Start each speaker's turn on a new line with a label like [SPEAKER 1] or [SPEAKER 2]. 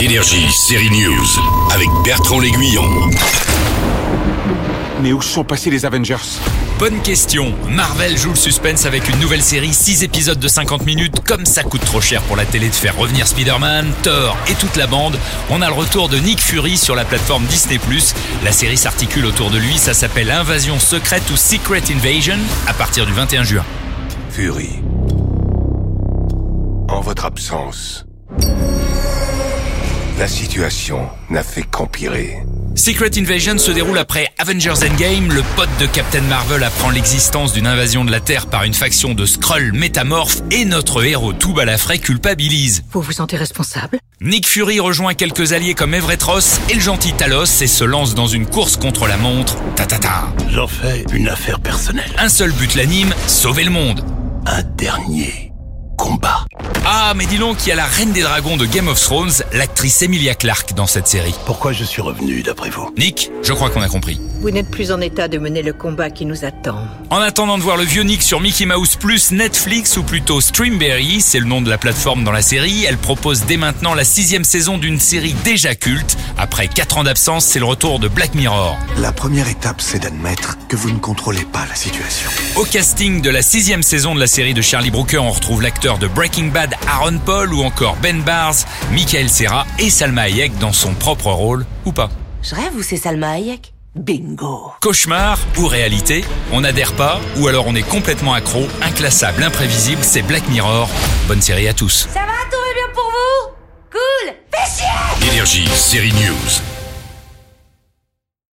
[SPEAKER 1] Énergie, série news, avec Bertrand L'Aiguillon.
[SPEAKER 2] Mais où sont passés les Avengers
[SPEAKER 3] Bonne question. Marvel joue le suspense avec une nouvelle série, 6 épisodes de 50 minutes. Comme ça coûte trop cher pour la télé de faire revenir Spider-Man, Thor et toute la bande, on a le retour de Nick Fury sur la plateforme Disney+. La série s'articule autour de lui, ça s'appelle Invasion secrète ou Secret Invasion à partir du 21 juin.
[SPEAKER 4] Fury. En votre absence, la situation n'a fait qu'empirer.
[SPEAKER 3] Secret Invasion se déroule après Avengers Endgame. Le pote de Captain Marvel apprend l'existence d'une invasion de la Terre par une faction de Skrulls métamorphes et notre héros tout balafré culpabilise.
[SPEAKER 5] Vous vous sentez responsable
[SPEAKER 3] Nick Fury rejoint quelques alliés comme Everett Ross et le gentil Talos et se lance dans une course contre la montre. Ta ta ta.
[SPEAKER 6] J'en fais une affaire personnelle.
[SPEAKER 3] Un seul but l'anime, sauver le monde.
[SPEAKER 6] Un dernier combat.
[SPEAKER 3] Ah, mais dis donc qu'il y a la reine des dragons de Game of Thrones, l'actrice Emilia Clarke dans cette série.
[SPEAKER 6] Pourquoi je suis revenu d'après vous
[SPEAKER 3] Nick, je crois qu'on a compris.
[SPEAKER 5] Vous n'êtes plus en état de mener le combat qui nous attend.
[SPEAKER 3] En attendant de voir le vieux Nick sur Mickey Mouse Plus, Netflix ou plutôt Streamberry, c'est le nom de la plateforme dans la série, elle propose dès maintenant la sixième saison d'une série déjà culte. Après 4 ans d'absence, c'est le retour de Black Mirror.
[SPEAKER 7] La première étape, c'est d'admettre que vous ne contrôlez pas la situation.
[SPEAKER 3] Au casting de la sixième saison de la série de Charlie Brooker, on retrouve l'acteur de Breaking Bad Aaron Paul ou encore Ben Bars, Michael Serra et Salma Hayek dans son propre rôle, ou pas.
[SPEAKER 8] Je rêve ou c'est Salma Hayek Bingo
[SPEAKER 3] Cauchemar ou réalité, on n'adhère pas ou alors on est complètement accro, inclassable, imprévisible, c'est Black Mirror. Bonne série à tous.
[SPEAKER 9] Ça va, tout va bien pour vous Cool Fais chier
[SPEAKER 1] Énergie, série news,